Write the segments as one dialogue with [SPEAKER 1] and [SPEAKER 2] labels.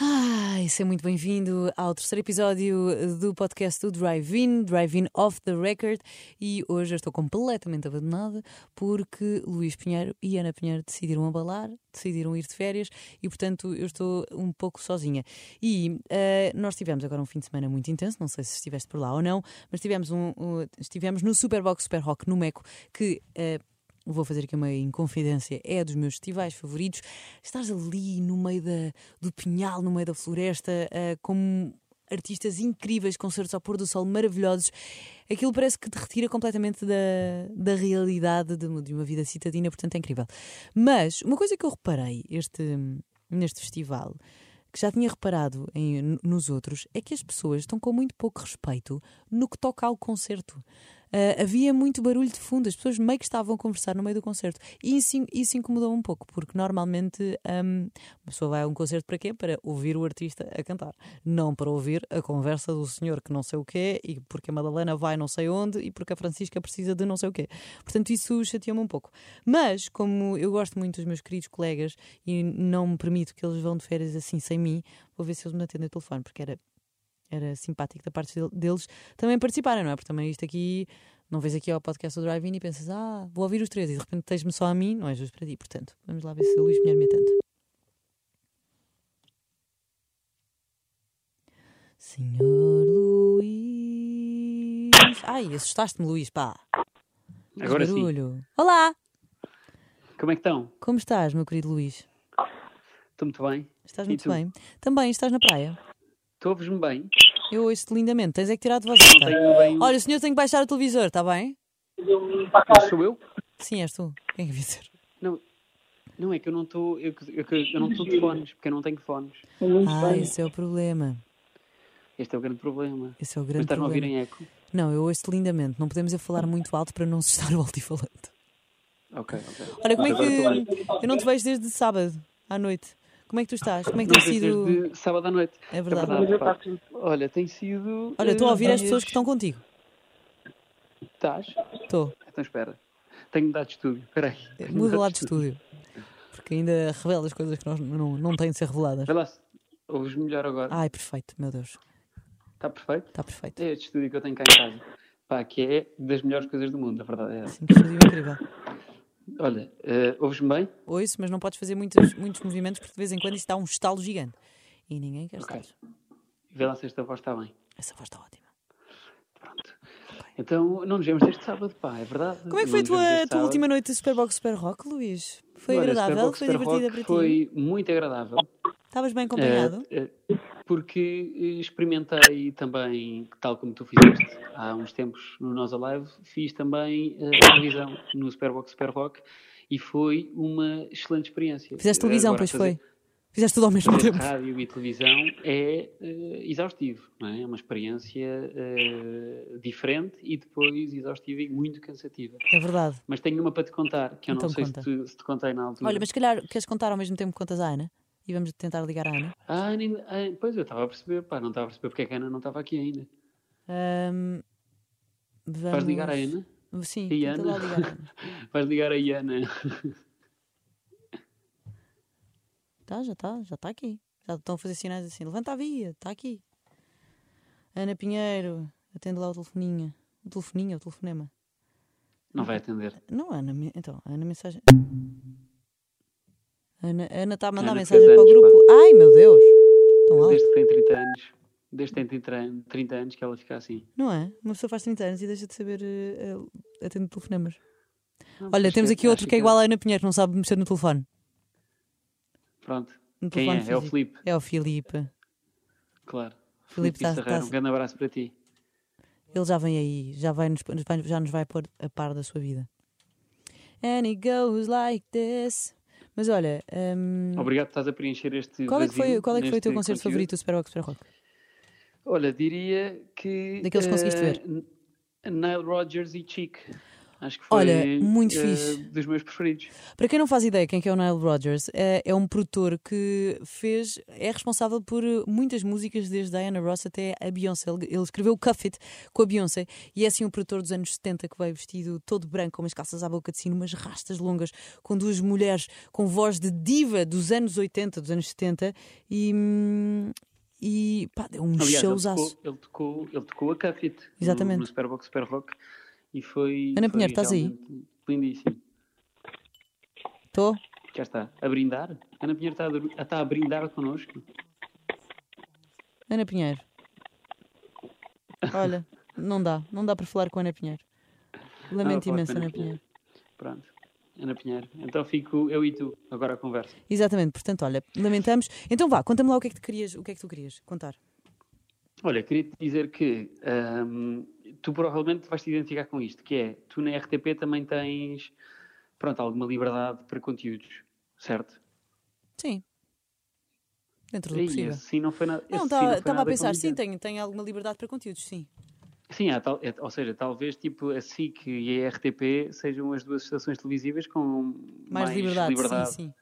[SPEAKER 1] Ai, seja muito bem-vindo ao terceiro episódio do podcast do Drive-In, Drive-In Off the Record. E hoje eu estou completamente abandonada porque Luís Pinheiro e Ana Pinheiro decidiram abalar, decidiram ir de férias e, portanto, eu estou um pouco sozinha. E eh, nós tivemos agora um fim de semana muito intenso, não sei se estiveste por lá ou não, mas tivemos, um, um- estivemos no Superbox Super Rock no Meco, que. eh, Vou fazer aqui uma inconfidência, é dos meus festivais favoritos. Estás ali no meio da, do pinhal, no meio da floresta, ah, com artistas incríveis, concertos ao pôr do sol maravilhosos. Aquilo parece que te retira completamente da, da realidade de, uma- de uma vida citadina, portanto é incrível. Mas uma coisa que eu reparei este, neste festival, que já tinha reparado em- nos outros, é que as pessoas estão com muito pouco respeito no que toca ao concerto. Ah, havia muito barulho de fundo, as pessoas meio que estavam a conversar no meio do concerto. E isso, isso incomodou um pouco, porque normalmente ahm, uma pessoa vai a um concerto para quê? Para ouvir o artista a cantar, não para ouvir a conversa do senhor que não sei o quê, e porque a Madalena vai não sei onde, e porque a Francisca precisa de não sei o quê. Portanto, isso chateou-me um pouco. Mas, como eu gosto muito dos meus queridos colegas e não me permito que eles vão de férias assim sem mim, vou ver se eles me atendem o telefone, porque era, era simpático da parte del- deles também participarem, não é? Porque também isto aqui. Não vês aqui ao podcast do Drive-In e pensas, ah, vou ouvir os três e de repente tens-me só a mim, não é justo para ti. Portanto, vamos lá ver se o Luís Pinheiro me atende. Senhor Luís. Ai, assustaste-me, Luís, pá. Que
[SPEAKER 2] Agora sim.
[SPEAKER 1] barulho. Olá!
[SPEAKER 2] Como é que estão?
[SPEAKER 1] Como estás, meu querido Luís?
[SPEAKER 2] Estou muito bem?
[SPEAKER 1] Estás
[SPEAKER 2] E
[SPEAKER 1] muito
[SPEAKER 2] tu?
[SPEAKER 1] bem? Também estás na praia.
[SPEAKER 2] Tu ouves-me bem?
[SPEAKER 1] Eu ouço-te lindamente. Tens é que tirar de voz.
[SPEAKER 2] Não tenho bem... um
[SPEAKER 1] Olha, o senhor tem que baixar o televisor, está bem?
[SPEAKER 2] Mas sou eu?
[SPEAKER 1] Sim, és tu. Quem é que dizer?
[SPEAKER 2] Não, não é que eu não estou... Eu, eu, eu não estou de fones, porque eu não tenho fones.
[SPEAKER 1] Ah, esse é o problema.
[SPEAKER 2] Este é o grande problema.
[SPEAKER 1] Esse é o
[SPEAKER 2] Mas
[SPEAKER 1] grande
[SPEAKER 2] estás-me a ouvir
[SPEAKER 1] problema.
[SPEAKER 2] em eco?
[SPEAKER 1] Não, eu ouço-te lindamente. Não podemos é falar muito alto para não assustar o altifalante.
[SPEAKER 2] Ok, ok.
[SPEAKER 1] Olha, como é
[SPEAKER 2] Agora estou
[SPEAKER 1] que. Eu não te vejo desde sábado à noite. Como é que tu estás? Como é que
[SPEAKER 2] Não
[SPEAKER 1] tem
[SPEAKER 2] vejo
[SPEAKER 1] sido.
[SPEAKER 2] desde sábado à noite.
[SPEAKER 1] É verdade.
[SPEAKER 2] É verdade pá. Olha, tem sido...
[SPEAKER 1] Olha, estou a ouvir
[SPEAKER 2] eh,
[SPEAKER 1] as pessoas que estão contigo.
[SPEAKER 2] Estás?
[SPEAKER 1] Estou.
[SPEAKER 2] Então espera. Tenho de dar de estúdio. Espera aí. Tenho de
[SPEAKER 1] É, Muda
[SPEAKER 2] mudar
[SPEAKER 1] lá de estúdio. Porque ainda revela as coisas que nós não, não têm de ser reveladas.
[SPEAKER 2] Vê lá se ouves melhor agora.
[SPEAKER 1] Ai, perfeito, meu Deus. Ah.
[SPEAKER 2] Está perfeito?
[SPEAKER 1] Está perfeito.
[SPEAKER 2] É este estúdio que eu tenho cá em casa. Pá, que é das melhores coisas do mundo, a verdade é essa.
[SPEAKER 1] Sim, que estúdio incrível.
[SPEAKER 2] Olha, eh, ouves-me bem?
[SPEAKER 1] Ouço, mas não podes fazer muitos, muitos movimentos porque de vez em quando isto dá um estalo gigante. E ninguém quer
[SPEAKER 2] Ok.
[SPEAKER 1] estar.
[SPEAKER 2] Vê lá se esta voz está bem.
[SPEAKER 1] Essa voz está ótima.
[SPEAKER 2] Pronto. Então, não nos vemos este sábado, pá, é verdade.
[SPEAKER 1] Como é que
[SPEAKER 2] Não
[SPEAKER 1] foi a
[SPEAKER 2] nos
[SPEAKER 1] tua,
[SPEAKER 2] vemos
[SPEAKER 1] a
[SPEAKER 2] este
[SPEAKER 1] tua
[SPEAKER 2] sábado.
[SPEAKER 1] última noite de Superbox Super Rock, Luís? Foi
[SPEAKER 2] Olha,
[SPEAKER 1] agradável?
[SPEAKER 2] Superbox,
[SPEAKER 1] Foi
[SPEAKER 2] Super
[SPEAKER 1] divertida
[SPEAKER 2] Rock
[SPEAKER 1] para ti?
[SPEAKER 2] Foi muito agradável.
[SPEAKER 1] Estavas bem
[SPEAKER 2] eh,
[SPEAKER 1] acompanhado?
[SPEAKER 2] eh, porque experimentei também, tal como tu fizeste há uns tempos no Nós Alive, fiz também eh, televisão no Superbox Super Rock e foi uma excelente experiência.
[SPEAKER 1] Fizeste televisão,
[SPEAKER 2] Agora
[SPEAKER 1] pois
[SPEAKER 2] eh, fazer-
[SPEAKER 1] foi? Fizeste tudo ao mesmo
[SPEAKER 2] Fazer
[SPEAKER 1] tempo.
[SPEAKER 2] rádio e televisão é eh, exaustivo, não é? É uma experiência eh, diferente e depois exaustiva e muito cansativa.
[SPEAKER 1] É verdade.
[SPEAKER 2] Mas tenho uma para te contar, que eu
[SPEAKER 1] Então
[SPEAKER 2] não sei se,
[SPEAKER 1] conta.
[SPEAKER 2] tu- se te contei na altura.
[SPEAKER 1] Olha, mas se calhar queres contar ao mesmo tempo que contas à Ana? E vamos tentar ligar à Ana.
[SPEAKER 2] Ah, nem- ah, pois eu estava a perceber, pá, não estava a perceber porque é que a Ana não estava aqui ainda.
[SPEAKER 1] Ahm, vamos...
[SPEAKER 2] Vais ligar a Ana?
[SPEAKER 1] Sim,
[SPEAKER 2] E
[SPEAKER 1] tenta lá
[SPEAKER 2] Ana?
[SPEAKER 1] ligar à Ana.
[SPEAKER 2] Vais ligar a Ana.
[SPEAKER 1] Tá, já está, já está aqui. Já estão a fazer sinais assim. Levanta a via, está aqui. Ana Pinheiro, atende lá o telefoninho. O telefoninho, o telefonema.
[SPEAKER 2] Não vai atender.
[SPEAKER 1] Não, Ana, me- então, Ana mensagem. Ana está Ana tá a mandar
[SPEAKER 2] Ana
[SPEAKER 1] mensagem
[SPEAKER 2] fez
[SPEAKER 1] para o
[SPEAKER 2] anos,
[SPEAKER 1] grupo. Ai, meu Deus! Tão alto,
[SPEAKER 2] Desde que tem 30 anos. Desde que tem 30 an- 30 anos que ela fica assim.
[SPEAKER 1] não é? Uma pessoa faz 30 anos e deixa de saber eh, eh, atender telefonemas.
[SPEAKER 2] Não,
[SPEAKER 1] Olha,
[SPEAKER 2] acho
[SPEAKER 1] temos
[SPEAKER 2] que-
[SPEAKER 1] aqui outro
[SPEAKER 2] acho
[SPEAKER 1] que é igual a Ana Pinheiro, que não sabe mexer no telefone.
[SPEAKER 2] Pronto.
[SPEAKER 1] No
[SPEAKER 2] Quem
[SPEAKER 1] telefone
[SPEAKER 2] é? É o
[SPEAKER 1] físico.
[SPEAKER 2] Filipe,
[SPEAKER 1] É o Filipe.
[SPEAKER 2] claro.
[SPEAKER 1] Filipe tá-
[SPEAKER 2] Pissarreira,
[SPEAKER 1] tá-
[SPEAKER 2] um grande abraço para ti.
[SPEAKER 1] Ele já vem aí, já, vai nos, nos vai- já nos vai pôr a par da sua vida. And it goes like this. Mas olha, hum,
[SPEAKER 2] Obrigado por estás a preencher este
[SPEAKER 1] qual, é que
[SPEAKER 2] vazio
[SPEAKER 1] foi, qual é que foi o teu
[SPEAKER 2] neste
[SPEAKER 1] concerto
[SPEAKER 2] conteúdo.
[SPEAKER 1] favorito do Super Rock Super Rock?
[SPEAKER 2] Olha, diria que...
[SPEAKER 1] Daqueles que conseguiste ver.
[SPEAKER 2] eh, Nile Rodgers e Chic. Acho que foi
[SPEAKER 1] Olha, muito
[SPEAKER 2] eh,
[SPEAKER 1] fixe.
[SPEAKER 2] dos meus preferidos.
[SPEAKER 1] Para quem não faz ideia quem que é o Nile Rodgers, é, é um produtor que fez, é responsável por eh, muitas músicas, desde Diana Ross até a Beyoncé. Ele, ele escreveu Cuff It com a Beyoncé e é assim um produtor dos anos 70 que veio vestido todo branco, com umas calças à boca de sino, umas rastas longas, com duas mulheres, com voz de diva dos anos 80, dos anos 70 e. hum, e pá, deu uns
[SPEAKER 2] Aliás, ele
[SPEAKER 1] shows
[SPEAKER 2] tocou, ele, tocou, ele tocou a Cafit
[SPEAKER 1] Exatamente.
[SPEAKER 2] No, no Superbox Super Rock e foi.
[SPEAKER 1] Ana
[SPEAKER 2] foi
[SPEAKER 1] Pinheiro, estás aí?
[SPEAKER 2] realmente Lindíssimo.
[SPEAKER 1] Estou?
[SPEAKER 2] Já está. A brindar? Ana Pinheiro está a, dur- está a brindar connosco.
[SPEAKER 1] Ana Pinheiro. Olha, não dá, não dá para falar com a Ana Pinheiro.
[SPEAKER 2] Ah,
[SPEAKER 1] Lamento
[SPEAKER 2] falar com a
[SPEAKER 1] imenso,
[SPEAKER 2] Ana
[SPEAKER 1] Ana Pinheiro.
[SPEAKER 2] Pronto. Ana Pinheiro. Então fico eu e tu agora a conversa.
[SPEAKER 1] Exatamente, portanto, olha, lamentamos. Então vá, conta-me lá o que é que tu querias, o que é que tu querias contar.
[SPEAKER 2] Olha, queria te dizer que ahm, tu provavelmente vais te identificar com isto, que é tu na RTP também tens pronto, alguma liberdade para conteúdos, certo?
[SPEAKER 1] Sim. Dentro do
[SPEAKER 2] Ei,
[SPEAKER 1] possível.
[SPEAKER 2] esse sim não foi nada.
[SPEAKER 1] Não,
[SPEAKER 2] esse sim
[SPEAKER 1] tá-
[SPEAKER 2] foi
[SPEAKER 1] estava a
[SPEAKER 2] nada
[SPEAKER 1] pensar, sim,
[SPEAKER 2] convincente.
[SPEAKER 1] tenho, tenho alguma liberdade para conteúdos, sim.
[SPEAKER 2] Sim, há tal- é- ou seja, talvez tipo a SIC e a RTP sejam as duas estações televisivas com
[SPEAKER 1] Mais,
[SPEAKER 2] mais
[SPEAKER 1] liberdade,
[SPEAKER 2] liberdade
[SPEAKER 1] sim, sim.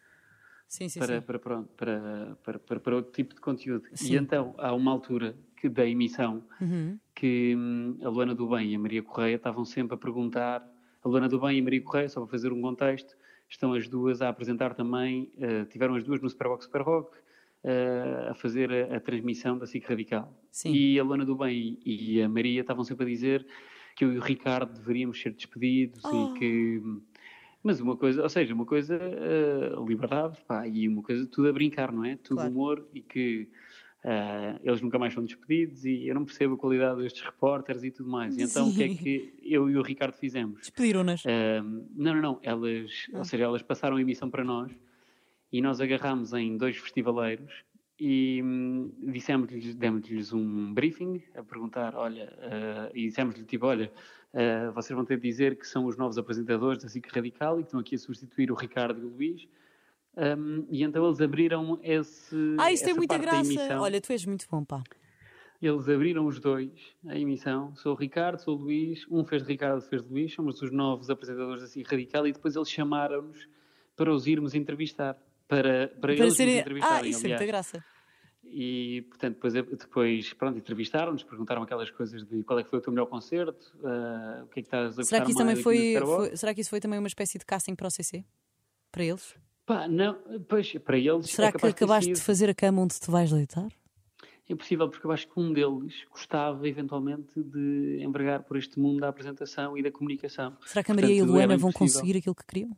[SPEAKER 1] Sim, sim,
[SPEAKER 2] para,
[SPEAKER 1] sim.
[SPEAKER 2] para, pronto, para, para, para, para outro tipo de conteúdo.
[SPEAKER 1] Sim.
[SPEAKER 2] E então há uma altura que, da emissão
[SPEAKER 1] Uhum.
[SPEAKER 2] que hum, a Luana do Bem e a Maria Correia estavam sempre a perguntar. A Luana do Bem e a Maria Correia, só para fazer um contexto, estão as duas a apresentar também, eh, tiveram as duas no Superbox Super Rock, eh, a fazer a, a transmissão da SIC Radical.
[SPEAKER 1] Sim.
[SPEAKER 2] E a Luana do Bem e, e a Maria estavam sempre a dizer que eu e o Ricardo deveríamos ser despedidos
[SPEAKER 1] Oh.
[SPEAKER 2] e que. hum, Mas uma coisa, ou seja, uma coisa, eh, liberdade, pá, e uma coisa, tudo a brincar, não é? Tudo
[SPEAKER 1] Claro.
[SPEAKER 2] humor e que ah, eles nunca mais são despedidos e eu não percebo a qualidade destes repórteres e tudo mais. E então o que é
[SPEAKER 1] Sim.
[SPEAKER 2] que eu e o Ricardo fizemos?
[SPEAKER 1] Despediram-nas.
[SPEAKER 2] Ah, não, não, não. Elas,
[SPEAKER 1] Ah.
[SPEAKER 2] ou seja, elas passaram a emissão para nós e nós agarramos em dois festivaleiros e hum, dissemos-lhes, demos-lhes um briefing a perguntar, olha, ah, e dissemos-lhe tipo, olha, ah, vocês vão ter de dizer que são os novos apresentadores da SIC Radical e que estão aqui a substituir o Ricardo e o Luís. Ah, e então eles abriram esse.
[SPEAKER 1] ah, isto tem
[SPEAKER 2] essa
[SPEAKER 1] muita
[SPEAKER 2] parte da
[SPEAKER 1] graça.
[SPEAKER 2] emissão.
[SPEAKER 1] Olha, tu és muito bom, pá.
[SPEAKER 2] Eles abriram os dois a emissão. Sou o Ricardo, sou o Luís. Um fez Ricardo, outro fez Luís. Somos os novos apresentadores assim radical. E depois eles chamaram-nos para os irmos entrevistar. Para, para,
[SPEAKER 1] Para
[SPEAKER 2] eles nos
[SPEAKER 1] serem- Ah,
[SPEAKER 2] entrevistarem,
[SPEAKER 1] isso tem
[SPEAKER 2] aliás.
[SPEAKER 1] muita graça.
[SPEAKER 2] E, portanto, depois, é, depois pronto, entrevistaram-nos, perguntaram aquelas coisas de qual é que foi o teu melhor concerto, ah, o que é que estás a
[SPEAKER 1] Será que
[SPEAKER 2] gostar
[SPEAKER 1] isso também
[SPEAKER 2] mais aqui no
[SPEAKER 1] foi,
[SPEAKER 2] Super Bowl.
[SPEAKER 1] foi- Será que isso foi também uma espécie de casting para o CC? Para eles?
[SPEAKER 2] Pá, não, pois, para eles...
[SPEAKER 1] Será
[SPEAKER 2] é
[SPEAKER 1] que
[SPEAKER 2] capaz de ter
[SPEAKER 1] acabaste de
[SPEAKER 2] sido.
[SPEAKER 1] fazer a cama onde te vais deitar?
[SPEAKER 2] É possível, porque eu acho que um deles gostava eventualmente de empregar por este mundo da apresentação e da comunicação.
[SPEAKER 1] Será que a Maria e
[SPEAKER 2] Portanto, é
[SPEAKER 1] a Luana
[SPEAKER 2] bem
[SPEAKER 1] vão
[SPEAKER 2] possível.
[SPEAKER 1] conseguir aquilo que queriam?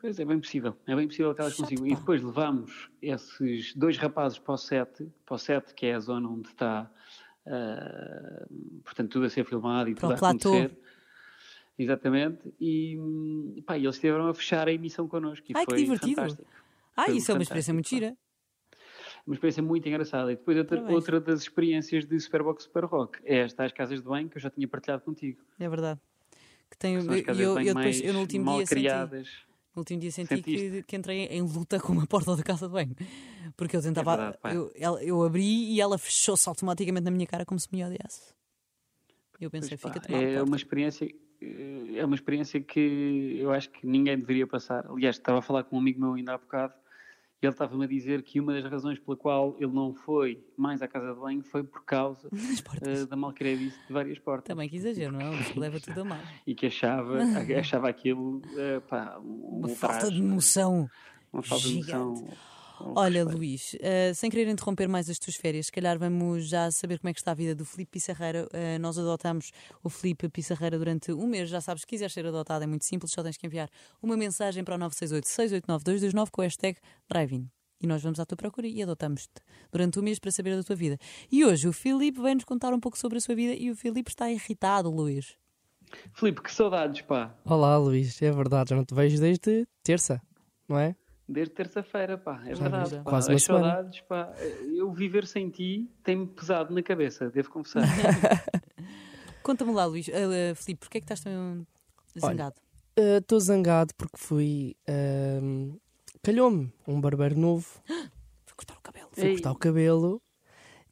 [SPEAKER 2] Pois é, bem possível. É bem possível que elas
[SPEAKER 1] Chato,
[SPEAKER 2] consigam.
[SPEAKER 1] pá.
[SPEAKER 2] E depois levamos esses dois rapazes para o set, para o set que é a zona onde está, ah, portanto, tudo a ser filmado e
[SPEAKER 1] Para
[SPEAKER 2] tudo
[SPEAKER 1] o
[SPEAKER 2] a
[SPEAKER 1] platô.
[SPEAKER 2] acontecer. Exatamente. E, hum, pá, e eles estiveram a fechar a emissão connosco. E
[SPEAKER 1] Ai, que
[SPEAKER 2] foi
[SPEAKER 1] divertido.
[SPEAKER 2] fantástico.
[SPEAKER 1] Ah,
[SPEAKER 2] Foi
[SPEAKER 1] isso é uma experiência
[SPEAKER 2] fantástico,
[SPEAKER 1] muito
[SPEAKER 2] pá.
[SPEAKER 1] gira.
[SPEAKER 2] Uma experiência muito engraçada. E depois outra,
[SPEAKER 1] Parabéns.
[SPEAKER 2] outra das experiências de Superbox Super Rock é esta, as casas de banho, que eu já tinha partilhado contigo.
[SPEAKER 1] É verdade. Que tenho,
[SPEAKER 2] São as
[SPEAKER 1] eu,
[SPEAKER 2] casas de
[SPEAKER 1] eu,
[SPEAKER 2] banho
[SPEAKER 1] eu depois, eu no
[SPEAKER 2] mais
[SPEAKER 1] último
[SPEAKER 2] mal
[SPEAKER 1] dia senti.
[SPEAKER 2] criadas.
[SPEAKER 1] No último dia senti que,
[SPEAKER 2] Sentiste?
[SPEAKER 1] que entrei em luta com uma porta da casa de banho. Porque eu tentava.
[SPEAKER 2] É verdade, pá.
[SPEAKER 1] eu, ela- eu abri e ela fechou-se automaticamente na minha cara como se me odiasse. Eu pensei,
[SPEAKER 2] Pois pá,
[SPEAKER 1] fica-te mal. tipo."
[SPEAKER 2] é
[SPEAKER 1] porta.
[SPEAKER 2] uma experiência eh, é uma experiência que eu acho que ninguém deveria passar. Aliás, estava a falar com um amigo meu ainda há bocado e ele estava-me a dizer que uma das razões pela qual ele não foi mais à casa de banho foi por causa
[SPEAKER 1] As portas.
[SPEAKER 2] eh, da malcriadice de várias portas
[SPEAKER 1] Também que exagero, não é? Uma pessoa Leva tudo a mal.
[SPEAKER 2] e que achava, achava aquilo eh, pá, um
[SPEAKER 1] Uma
[SPEAKER 2] ultraje,
[SPEAKER 1] falta de noção.
[SPEAKER 2] uma falta de noção. Um
[SPEAKER 1] Olha,
[SPEAKER 2] respeito.
[SPEAKER 1] Luís, eh, sem querer interromper mais as tuas férias, se calhar vamos já saber como é que está a vida do Filipe Pissarreira. Eh, nós adotámos o Filipe Pissarreira durante um mês. Já sabes, se quiseres ser adotado, é muito simples, só tens que enviar uma mensagem para o 968-689-229 com a hashtag Driving. E nós vamos à tua procura e adotamos-te durante um mês para saber da tua vida. E hoje o Filipe vem-nos contar um pouco sobre a sua vida e o Filipe está irritado, Luís.
[SPEAKER 2] Filipe, que saudades, pá,
[SPEAKER 3] Olá Luís, é verdade, já não te vejo desde terça, não é?
[SPEAKER 2] desde terça-feira, pá, é
[SPEAKER 3] Já,
[SPEAKER 2] verdade.
[SPEAKER 3] já.
[SPEAKER 2] Pá,
[SPEAKER 3] Quase uma
[SPEAKER 2] as
[SPEAKER 3] semana.
[SPEAKER 2] saudades, pá, eh, eu viver sem ti tem-me pesado na cabeça, devo confessar.
[SPEAKER 1] Conta-me lá, Luís. Eh, eh, Filipe, porquê é que estás tão zangado?
[SPEAKER 3] Estou Eh, zangado porque fui. ahm, Calhou-me um barbeiro novo,
[SPEAKER 1] Foi cortar o cabelo.
[SPEAKER 3] fui
[SPEAKER 2] Ei.
[SPEAKER 3] cortar o cabelo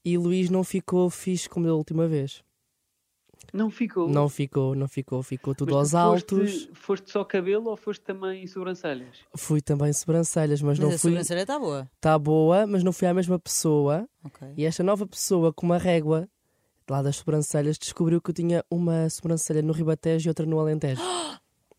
[SPEAKER 3] e Luís não ficou fixe como da última vez.
[SPEAKER 2] Não ficou.
[SPEAKER 3] Não ficou, não ficou, ficou tudo
[SPEAKER 2] Mas
[SPEAKER 3] aos
[SPEAKER 2] tu
[SPEAKER 3] altos.
[SPEAKER 2] Foste, foste só cabelo ou foste também sobrancelhas?
[SPEAKER 3] Fui também sobrancelhas,
[SPEAKER 1] Mas
[SPEAKER 3] mas, não
[SPEAKER 1] a
[SPEAKER 3] fui.
[SPEAKER 1] sobrancelha está boa.
[SPEAKER 3] Está boa, mas não fui à mesma pessoa.
[SPEAKER 1] Ok.
[SPEAKER 3] E esta nova pessoa com uma régua lá das sobrancelhas descobriu que eu tinha uma sobrancelha no Ribatejo e outra no Alentejo.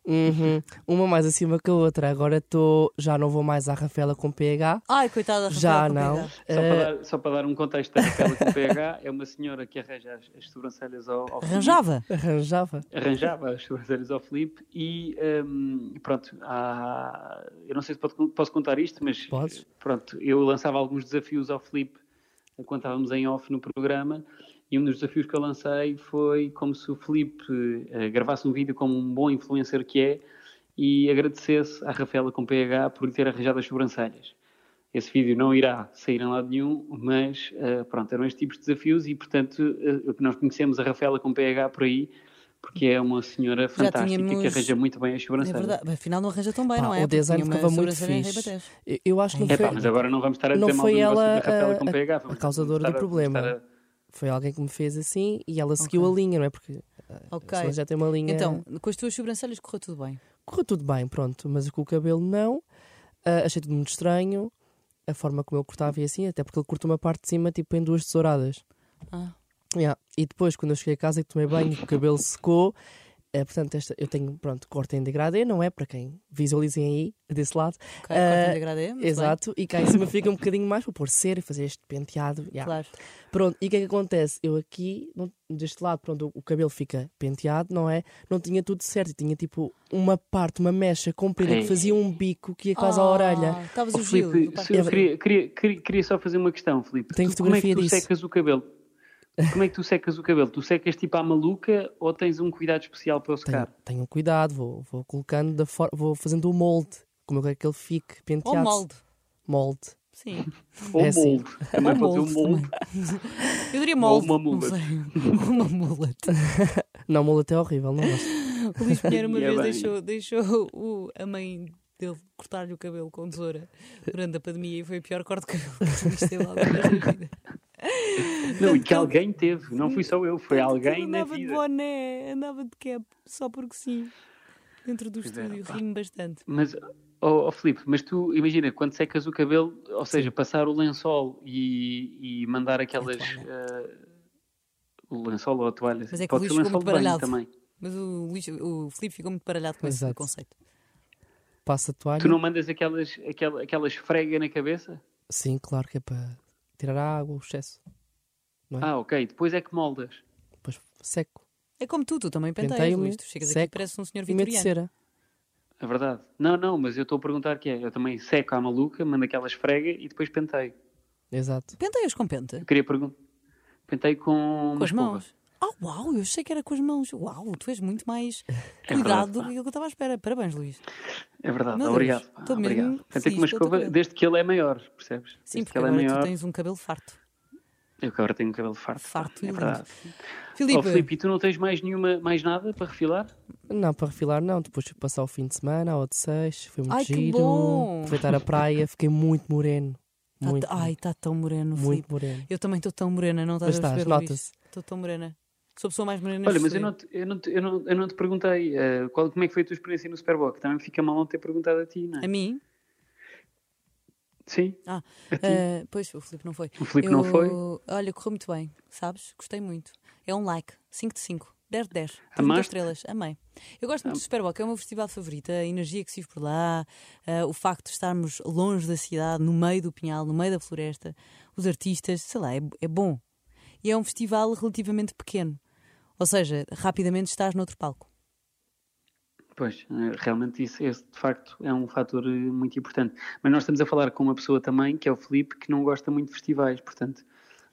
[SPEAKER 3] Uhum. Uma mais acima que a outra. Agora estou. Já não vou mais à Rafaela com PH.
[SPEAKER 1] Ai, coitada, Rafael,
[SPEAKER 3] Já
[SPEAKER 1] com
[SPEAKER 3] não.
[SPEAKER 1] cuidado.
[SPEAKER 2] Só,
[SPEAKER 3] Eh,
[SPEAKER 2] para dar, só para dar um contexto da Raquel com PH, é uma senhora que arranja as, as sobrancelhas ao, ao filho.
[SPEAKER 1] Arranjava.
[SPEAKER 3] Arranjava.
[SPEAKER 2] arranjava as sobrancelhas ao Felipe e hum, pronto, há- eu não sei se pode- posso contar isto, mas
[SPEAKER 3] Podes.
[SPEAKER 2] pronto, eu lançava alguns desafios ao Felipe quando estávamos em off no programa e um dos desafios que eu lancei foi como se o Felipe eh, gravasse um vídeo como um bom influencer que é e agradecesse à Rafaela com PH por lhe ter arranjado as sobrancelhas. Esse vídeo não irá sair em lado nenhum, mas eh, pronto, eram estes tipos de desafios e, portanto, eh, nós conhecemos a Rafaela com PH por aí, porque é uma senhora fantástica
[SPEAKER 1] tínhamos-
[SPEAKER 2] que arranja muito bem as
[SPEAKER 1] É
[SPEAKER 2] sobrancelhas.
[SPEAKER 1] verdade, afinal não arranja tão bem,
[SPEAKER 3] Pá,
[SPEAKER 1] não é?
[SPEAKER 3] o
[SPEAKER 1] Porque
[SPEAKER 3] design
[SPEAKER 1] tinha uma
[SPEAKER 3] ficava muito
[SPEAKER 1] sobrancelha em
[SPEAKER 3] fixe.
[SPEAKER 1] ribatejo.
[SPEAKER 3] Eu, eu acho que não
[SPEAKER 2] Epá,
[SPEAKER 3] foi,
[SPEAKER 2] É mas agora não vamos estar a
[SPEAKER 3] Não
[SPEAKER 2] dizer mal
[SPEAKER 3] foi
[SPEAKER 2] do negócio
[SPEAKER 3] ela
[SPEAKER 2] da Rafaela
[SPEAKER 3] a-
[SPEAKER 2] com
[SPEAKER 3] a-
[SPEAKER 2] PH.
[SPEAKER 3] a
[SPEAKER 2] vamos
[SPEAKER 3] causadora do
[SPEAKER 2] estar a-
[SPEAKER 3] problema.
[SPEAKER 2] estar a-
[SPEAKER 3] foi alguém que me fez assim e ela seguiu a linha, não é? Porque
[SPEAKER 1] Ok.
[SPEAKER 3] senão já tem uma linha.
[SPEAKER 1] Então, com as tuas sobrancelhas correu tudo bem.
[SPEAKER 3] correu tudo bem, pronto, mas com o cabelo não. Ah, achei tudo muito estranho. A forma como ele cortava e assim, até porque ele cortou uma parte de cima, tipo em duas tesouradas.
[SPEAKER 1] Ah.
[SPEAKER 3] Yeah. E depois, quando eu cheguei a casa e tomei banho, o cabelo secou. Ah, portanto, esta, eu tenho, pronto, corte em degradê, não é? Para quem visualizem aí, desse lado.
[SPEAKER 1] Ok,
[SPEAKER 3] Ah,
[SPEAKER 1] corta-me de agradar, muito
[SPEAKER 3] Exato. E cá em cima fica um bocadinho mais para pôr cera e fazer este penteado.
[SPEAKER 1] Bem,
[SPEAKER 3] Yeah.
[SPEAKER 1] claro.
[SPEAKER 3] Pronto, e o que é que acontece? Eu aqui, não- deste lado, pronto, o- o cabelo fica penteado, não é? Não tinha tudo certo, tinha tipo uma parte, uma mecha comprida que
[SPEAKER 2] Ei.
[SPEAKER 3] fazia um bico que ia quase à
[SPEAKER 1] Ah,
[SPEAKER 3] orelha.
[SPEAKER 1] Estavas
[SPEAKER 2] Ó,
[SPEAKER 1] o Gil.
[SPEAKER 2] Oh, Filipe,
[SPEAKER 1] do Parque
[SPEAKER 2] se- eu
[SPEAKER 1] Gil.
[SPEAKER 2] queria, queria- queria- queria só fazer uma questão, Filipe.
[SPEAKER 3] É Tenho
[SPEAKER 2] Tu- como é que
[SPEAKER 3] fotografia
[SPEAKER 2] tu
[SPEAKER 3] disso.
[SPEAKER 2] secas o cabelo? Como é que tu secas o cabelo? Tu secas tipo à maluca ou tens um cuidado especial para o
[SPEAKER 3] Tenho,
[SPEAKER 2] secar?
[SPEAKER 3] tenho cuidado, vou, vou colocando, da for- vou fazendo o molde, como eu quero que ele fique
[SPEAKER 1] Ou
[SPEAKER 3] penteado.
[SPEAKER 1] molde.
[SPEAKER 3] Molde.
[SPEAKER 1] Sim.
[SPEAKER 2] Ou
[SPEAKER 3] É assim.
[SPEAKER 2] molde? Também
[SPEAKER 1] Ou
[SPEAKER 2] pode ser um
[SPEAKER 1] molde
[SPEAKER 2] molde.
[SPEAKER 1] Eu diria
[SPEAKER 2] Ou
[SPEAKER 1] molde.
[SPEAKER 2] uma
[SPEAKER 1] não
[SPEAKER 2] mullet.
[SPEAKER 1] sei. uma mullet.
[SPEAKER 3] Não, molde é horrível, não gosto.
[SPEAKER 1] O Luís Pinheiro uma
[SPEAKER 2] E é
[SPEAKER 1] vez
[SPEAKER 2] bem.
[SPEAKER 1] deixou, deixou o- a mãe dele cortar-lhe o cabelo com tesoura durante a pandemia e foi o pior corte de cabelo que o Luís teve alguma vez na vida.
[SPEAKER 2] Não, e que
[SPEAKER 1] Tanto-
[SPEAKER 2] alguém teve. Não fui só eu, foi
[SPEAKER 1] tanto que
[SPEAKER 2] alguém na
[SPEAKER 1] andava de
[SPEAKER 2] vida.
[SPEAKER 1] boné, andava de cap, só porque sim. Dentro do
[SPEAKER 2] Pois é,
[SPEAKER 1] estúdio,
[SPEAKER 2] pá.
[SPEAKER 1] rimo bastante.
[SPEAKER 2] Mas, oh, Filipe, mas tu imagina, quando secas o cabelo, ou seja, passar o lençol e, e mandar aquelas. ah, o lençol ou a toalha.
[SPEAKER 1] Mas é que
[SPEAKER 2] pode
[SPEAKER 1] o
[SPEAKER 2] ser um
[SPEAKER 1] Luís ficou muito
[SPEAKER 2] lençol de banho
[SPEAKER 1] baralhado.
[SPEAKER 2] também.
[SPEAKER 1] Mas o, Luís, o Filipe ficou muito baralhado com esse
[SPEAKER 3] Exato.
[SPEAKER 1] conceito.
[SPEAKER 3] Passa a toalha.
[SPEAKER 2] Tu não mandas aquelas, aquela, aquela esfrega na cabeça?
[SPEAKER 3] Sim, claro que é para tirar a água, o excesso.
[SPEAKER 2] Ah, ok. Depois é que moldas.
[SPEAKER 3] Depois seco.
[SPEAKER 1] É como tu, tu também penteias,
[SPEAKER 3] Penteio-me,
[SPEAKER 1] Luís. Tu chegas aqui e
[SPEAKER 3] seco
[SPEAKER 1] pareces um senhor
[SPEAKER 3] E meto
[SPEAKER 1] vitoriano.
[SPEAKER 3] cera.
[SPEAKER 2] É verdade. Não, não, mas eu estou a perguntar que é. Eu também seco à maluca, mando aquela esfrega e depois penteio.
[SPEAKER 3] Exato.
[SPEAKER 1] Penteias com penta?
[SPEAKER 2] Eu queria perguntar. Penteio com.
[SPEAKER 1] Com
[SPEAKER 2] uma
[SPEAKER 1] as
[SPEAKER 2] escova.
[SPEAKER 1] mãos? Ah, uau, eu achei que era com as mãos. Uau, tu és muito mais
[SPEAKER 2] É verdade,
[SPEAKER 1] cuidado do que eu estava à espera. Parabéns, Luís.
[SPEAKER 2] É verdade.
[SPEAKER 1] Meu Deus,
[SPEAKER 2] obrigado. pá,
[SPEAKER 1] estou mesmo
[SPEAKER 2] obrigado. Pentei
[SPEAKER 1] feliz
[SPEAKER 2] com uma
[SPEAKER 1] pelo teu
[SPEAKER 2] escova
[SPEAKER 1] cabelo.
[SPEAKER 2] desde que ele é maior, percebes?
[SPEAKER 1] Sim,
[SPEAKER 2] desde
[SPEAKER 1] porque
[SPEAKER 2] que ele é
[SPEAKER 1] agora tu
[SPEAKER 2] maior.
[SPEAKER 1] tens um cabelo farto.
[SPEAKER 2] Eu que agora tenho um cabelo farto. pá,
[SPEAKER 1] Farto e
[SPEAKER 2] é
[SPEAKER 1] lindo.
[SPEAKER 2] verdade.
[SPEAKER 1] Filipe,
[SPEAKER 2] Oh, Filipe, e tu não tens mais nenhuma, mais nada para refilar?
[SPEAKER 3] Não, para refilar não, depois fui passar o fim de semana ao de seis, foi muito
[SPEAKER 1] Ai, que
[SPEAKER 3] giro.
[SPEAKER 1] bom!
[SPEAKER 3] Aproveitar a praia, fiquei muito moreno.
[SPEAKER 1] tá-
[SPEAKER 3] Muito,
[SPEAKER 1] ai, está tão moreno, Filipe.
[SPEAKER 3] muito moreno.
[SPEAKER 1] Eu também estou tão morena, não estás
[SPEAKER 3] Mas
[SPEAKER 1] a
[SPEAKER 3] estás,
[SPEAKER 1] perceber, Luís?
[SPEAKER 3] nota-se.
[SPEAKER 1] Estou tão morena. Sou a pessoa mais morena
[SPEAKER 2] Olha,
[SPEAKER 1] neste
[SPEAKER 2] mas eu não,
[SPEAKER 1] estúdio.
[SPEAKER 2] te, eu, não te, eu, não, eu não te perguntei eh, qual, como é que foi a tua experiência no Superbock. Também fica mal não ter perguntado a ti, não é?
[SPEAKER 1] A mim?
[SPEAKER 2] Sim.
[SPEAKER 1] Ah,
[SPEAKER 2] A ti.
[SPEAKER 1] ah, pois, o Filipe não foi.
[SPEAKER 2] O Filipe não foi?
[SPEAKER 1] Olha, correu muito bem, sabes? Gostei muito. É um like, 5 de 5, 10 de 10. Tive
[SPEAKER 2] Amaste?
[SPEAKER 1] muitas estrelas, amei. Eu gosto muito do Superboc, é o meu festival favorito, a energia que se vive por lá, ah, o facto de estarmos longe da cidade, no meio do pinhal, no meio da floresta, os artistas, sei lá, é, é bom. E é um festival relativamente pequeno. Ou seja, rapidamente estás noutro palco.
[SPEAKER 2] Pois, eh, realmente isso, esse de facto é um fator eh, muito importante. Mas nós estamos a falar com uma pessoa também, que é o Filipe, que não gosta muito de festivais, portanto,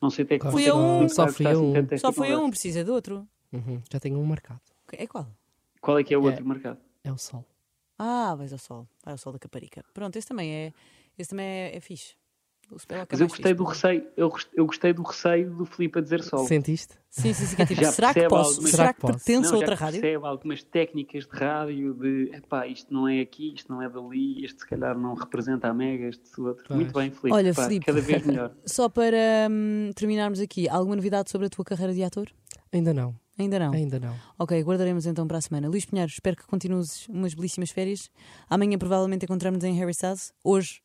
[SPEAKER 2] não sei até que
[SPEAKER 3] Gosto
[SPEAKER 1] Fui a
[SPEAKER 2] ponto
[SPEAKER 1] um.
[SPEAKER 2] o Filipe
[SPEAKER 3] Só
[SPEAKER 2] vai
[SPEAKER 3] fui
[SPEAKER 2] gostar
[SPEAKER 3] a
[SPEAKER 2] assim
[SPEAKER 3] um.
[SPEAKER 2] tanto desta
[SPEAKER 1] Só foi
[SPEAKER 2] conversa.
[SPEAKER 1] um, precisa de outro.
[SPEAKER 3] Uhum, Já tenho um marcado.
[SPEAKER 1] É qual?
[SPEAKER 2] Qual é que é o
[SPEAKER 3] É.
[SPEAKER 2] outro marcado?
[SPEAKER 3] É o sol.
[SPEAKER 1] Ah, vais ao sol. Vai ao sol da Caparica. Pronto, esse também é, esse também é, é fixe. O Spell é o que é
[SPEAKER 2] Mas eu
[SPEAKER 1] mais
[SPEAKER 2] gostei
[SPEAKER 1] fixe.
[SPEAKER 2] do receio, eu, gost- eu gostei do receio do Filipe a dizer sol.
[SPEAKER 3] Sentiste?
[SPEAKER 1] Sim, sim, sim. que é tipo,
[SPEAKER 2] Já
[SPEAKER 1] será que
[SPEAKER 2] percebe
[SPEAKER 1] posso?
[SPEAKER 2] algumas-
[SPEAKER 1] Será
[SPEAKER 3] Será
[SPEAKER 1] que
[SPEAKER 3] que posso?
[SPEAKER 1] pertence a
[SPEAKER 2] já
[SPEAKER 1] outra
[SPEAKER 2] que
[SPEAKER 1] rádio?
[SPEAKER 2] percebe algumas técnicas de rádio de epá, isto não é aqui, isto não é dali, este se calhar não representa a Mega, este outro.
[SPEAKER 3] Pois.
[SPEAKER 2] Muito bem, Filipe.
[SPEAKER 1] Olha,
[SPEAKER 2] pá,
[SPEAKER 1] Filipe.
[SPEAKER 2] Cada vez melhor.
[SPEAKER 1] Só para hum, terminarmos aqui, alguma novidade sobre a tua carreira de ator?
[SPEAKER 3] Ainda não,
[SPEAKER 1] Ainda não.
[SPEAKER 3] ainda não.
[SPEAKER 1] Ok, guardaremos então para a semana. Luís Pinheiro, espero que continues umas belíssimas férias. Amanhã provavelmente encontramos em Harry Styles. Hoje,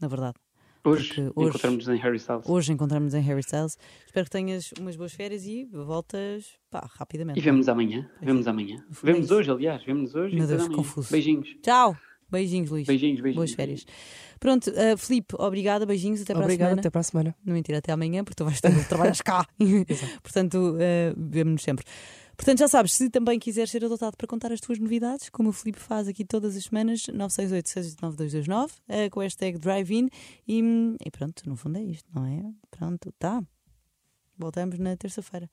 [SPEAKER 1] na verdade. Porque
[SPEAKER 2] Hoje,
[SPEAKER 1] hoje-
[SPEAKER 2] encontramos-nos em Harry Styles.
[SPEAKER 1] Hoje encontramos em Harry Styles. Espero que tenhas umas boas férias e voltas pá, rapidamente.
[SPEAKER 2] E vemos amanhã. Vemos amanhã. Vemos hoje, aliás. Vemos hoje.
[SPEAKER 1] é.
[SPEAKER 2] e
[SPEAKER 1] Meu
[SPEAKER 2] depois
[SPEAKER 1] Deus,
[SPEAKER 2] amanhã.
[SPEAKER 1] confuso.
[SPEAKER 2] Beijinhos.
[SPEAKER 1] Tchau! Beijinhos, Luís.
[SPEAKER 2] Beijinhos, beijinhos.
[SPEAKER 1] Boas férias. Pronto, eh, Filipe, obrigada, beijinhos, até para a
[SPEAKER 3] Obrigado,
[SPEAKER 1] semana.
[SPEAKER 3] até para a semana.
[SPEAKER 1] Não mentira, até amanhã, porque tu vais estar trabalhas cá. Portanto, eh, vemo-nos sempre. Portanto, já sabes, se também quiseres ser adotado para contar as tuas novidades, como o Filipe faz aqui todas as semanas, 968-689-229, eh, com a hashtag drive-in. E, e pronto, no fundo é isto, não é? Pronto, tá. Voltamos na terça-feira.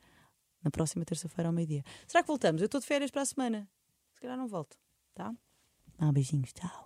[SPEAKER 1] Na próxima terça-feira ao meio-dia. Será que voltamos? Eu estou de férias para a semana. Se calhar não volto, tá? Ah, beijinhos, tchau.